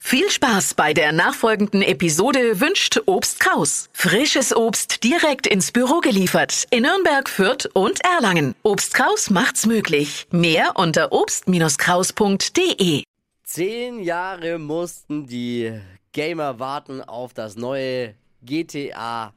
Viel Spaß bei der nachfolgenden Episode wünscht Obst Kraus. Frisches Obst direkt ins Büro geliefert in Nürnberg, Fürth und Erlangen. Obst Kraus macht's möglich. Mehr unter obst-kraus.de. Zehn Jahre mussten die Gamer warten auf das neue GTA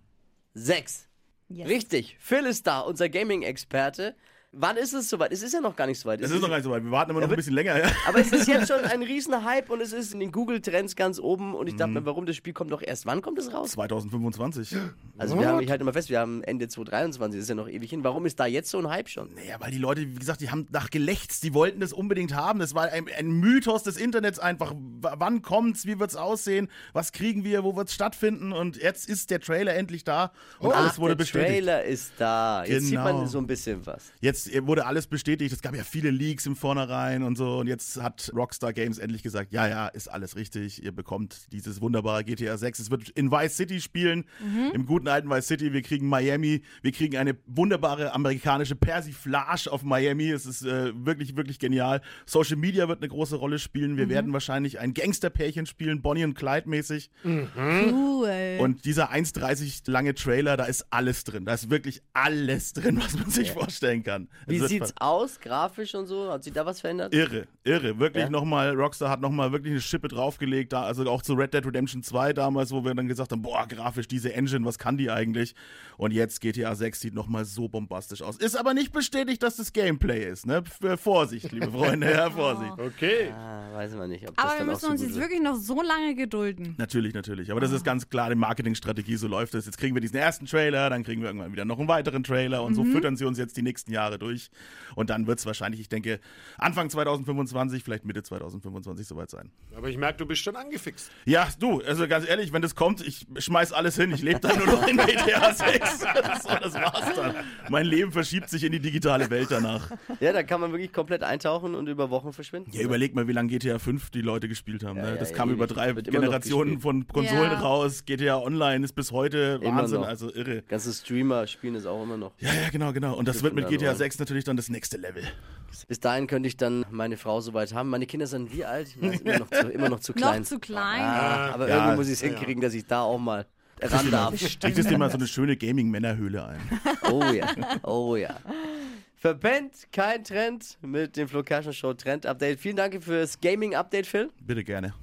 6. Yes. Richtig, Phil ist da, unser Gaming-Experte. Wann ist es soweit? Es ist ja noch gar nicht soweit. Es ist noch gar nicht so weit. Wir warten immer noch wird- ein bisschen länger. Ja. aber es ist jetzt schon ein riesen Hype und es ist in den Google-Trends ganz oben. Und ich Mhm. dachte mir, warum das Spiel kommt doch erst? Wann kommt es raus? 2025. Also wir haben, ich halte immer fest, wir haben Ende 2023, das ist ja noch ewig hin. Warum ist da jetzt so ein Hype schon? Ja, weil die Leute, wie gesagt, die haben nach gelächzt, die wollten das unbedingt haben. Das war ein, ein Mythos des Internets einfach. W wann kommt's, wie wird's aussehen, was kriegen wir, wo wird's stattfinden und jetzt ist der Trailer endlich da und alles Oh, wurde der bestätigt. Trailer ist da. Jetzt sieht Genau. man so ein bisschen was. Jetzt äh, wurde alles bestätigt. Es gab ja viele Leaks im Vornherein und so und jetzt hat Rockstar Games endlich gesagt, ja, ja, ist alles richtig. Ihr bekommt dieses wunderbare GTA 6. Es wird in Vice City spielen, Mhm. im guten alten Vice City. Wir kriegen Miami, wir kriegen eine wunderbare amerikanische Persiflage auf Miami. Es ist äh, wirklich, wirklich genial. Social Media wird eine große Rolle spielen. Mhm. Wir werden wahrscheinlich ein Gangsterpärchen spielen, Bonnie und Clyde mäßig. Äh. Cool. Und dieser 1,30 lange Trailer, da ist alles drin. Da ist wirklich alles drin, was man sich vorstellen kann. Es Wie wird sieht's aus, grafisch und so? Hat sich da was verändert? Irre, irre. Wirklich Ja. nochmal, Rockstar hat nochmal wirklich eine Schippe draufgelegt, da, also auch zu Red Dead Redemption 2 damals, wo wir dann gesagt haben, boah, grafisch, diese Engine, was kann die eigentlich? Und jetzt GTA 6 sieht nochmal so bombastisch aus. Ist aber nicht bestätigt, dass das Gameplay ist, ne? F- Vorsicht, liebe Freunde, ja, Vorsicht. Okay. Ah, weiß man nicht, ob das Aber wir dann auch müssen so uns gut jetzt wird. wirklich noch so lange gedulden. Natürlich, natürlich. Aber das ist ganz klar die Marketingstrategie, so läuft es. Jetzt kriegen wir diesen ersten Trailer, dann kriegen wir irgendwann wieder noch einen weiteren Trailer und so füttern sie uns jetzt die nächsten Jahre durch. Und dann wird es wahrscheinlich, ich denke, Anfang 2025, vielleicht Mitte 2025 soweit sein. Aber ich merke, du bist schon angefixt. Ja, du, also ganz ehrlich, wenn das kommt, ich schmeiß alles hin. Ich lebe dann nur noch in GTA 6. So, das war's dann. Mein Leben verschiebt sich in die digitale Welt danach. Ja, da kann man wirklich komplett eintauchen und über Wochen verschwinden. Ja, überleg mal, wie lange GTA 5 die Leute gespielt haben. Ja, ne? ja, Das kam über ewig. drei Wird immer noch Generationen gespielt. von Konsolen Ja. raus. GTA Online ist bis heute Immer Wahnsinn, noch. also irre. Ganze Streamer spielen es auch immer noch. Ja, ja, genau, genau. Und das wird mit Dürfen dann GTA auch. 6 natürlich dann das nächste Level. Bis dahin könnte ich dann meine Frau soweit haben. Meine Kinder sind wie alt? Ich weiß, immer, noch zu, immer noch zu klein. Noch zu klein. Ah, aber Ja, irgendwie muss ich es hinkriegen, dass ich da auch mal ran darf. Kriegst du dir mal so eine schöne Gaming-Männerhöhle ein. Oh ja, oh ja. Verpennt, kein Trend mit dem Flo Kerschner Show Trend Update. Vielen Dank fürs Gaming Update, Phil. Bitte gerne.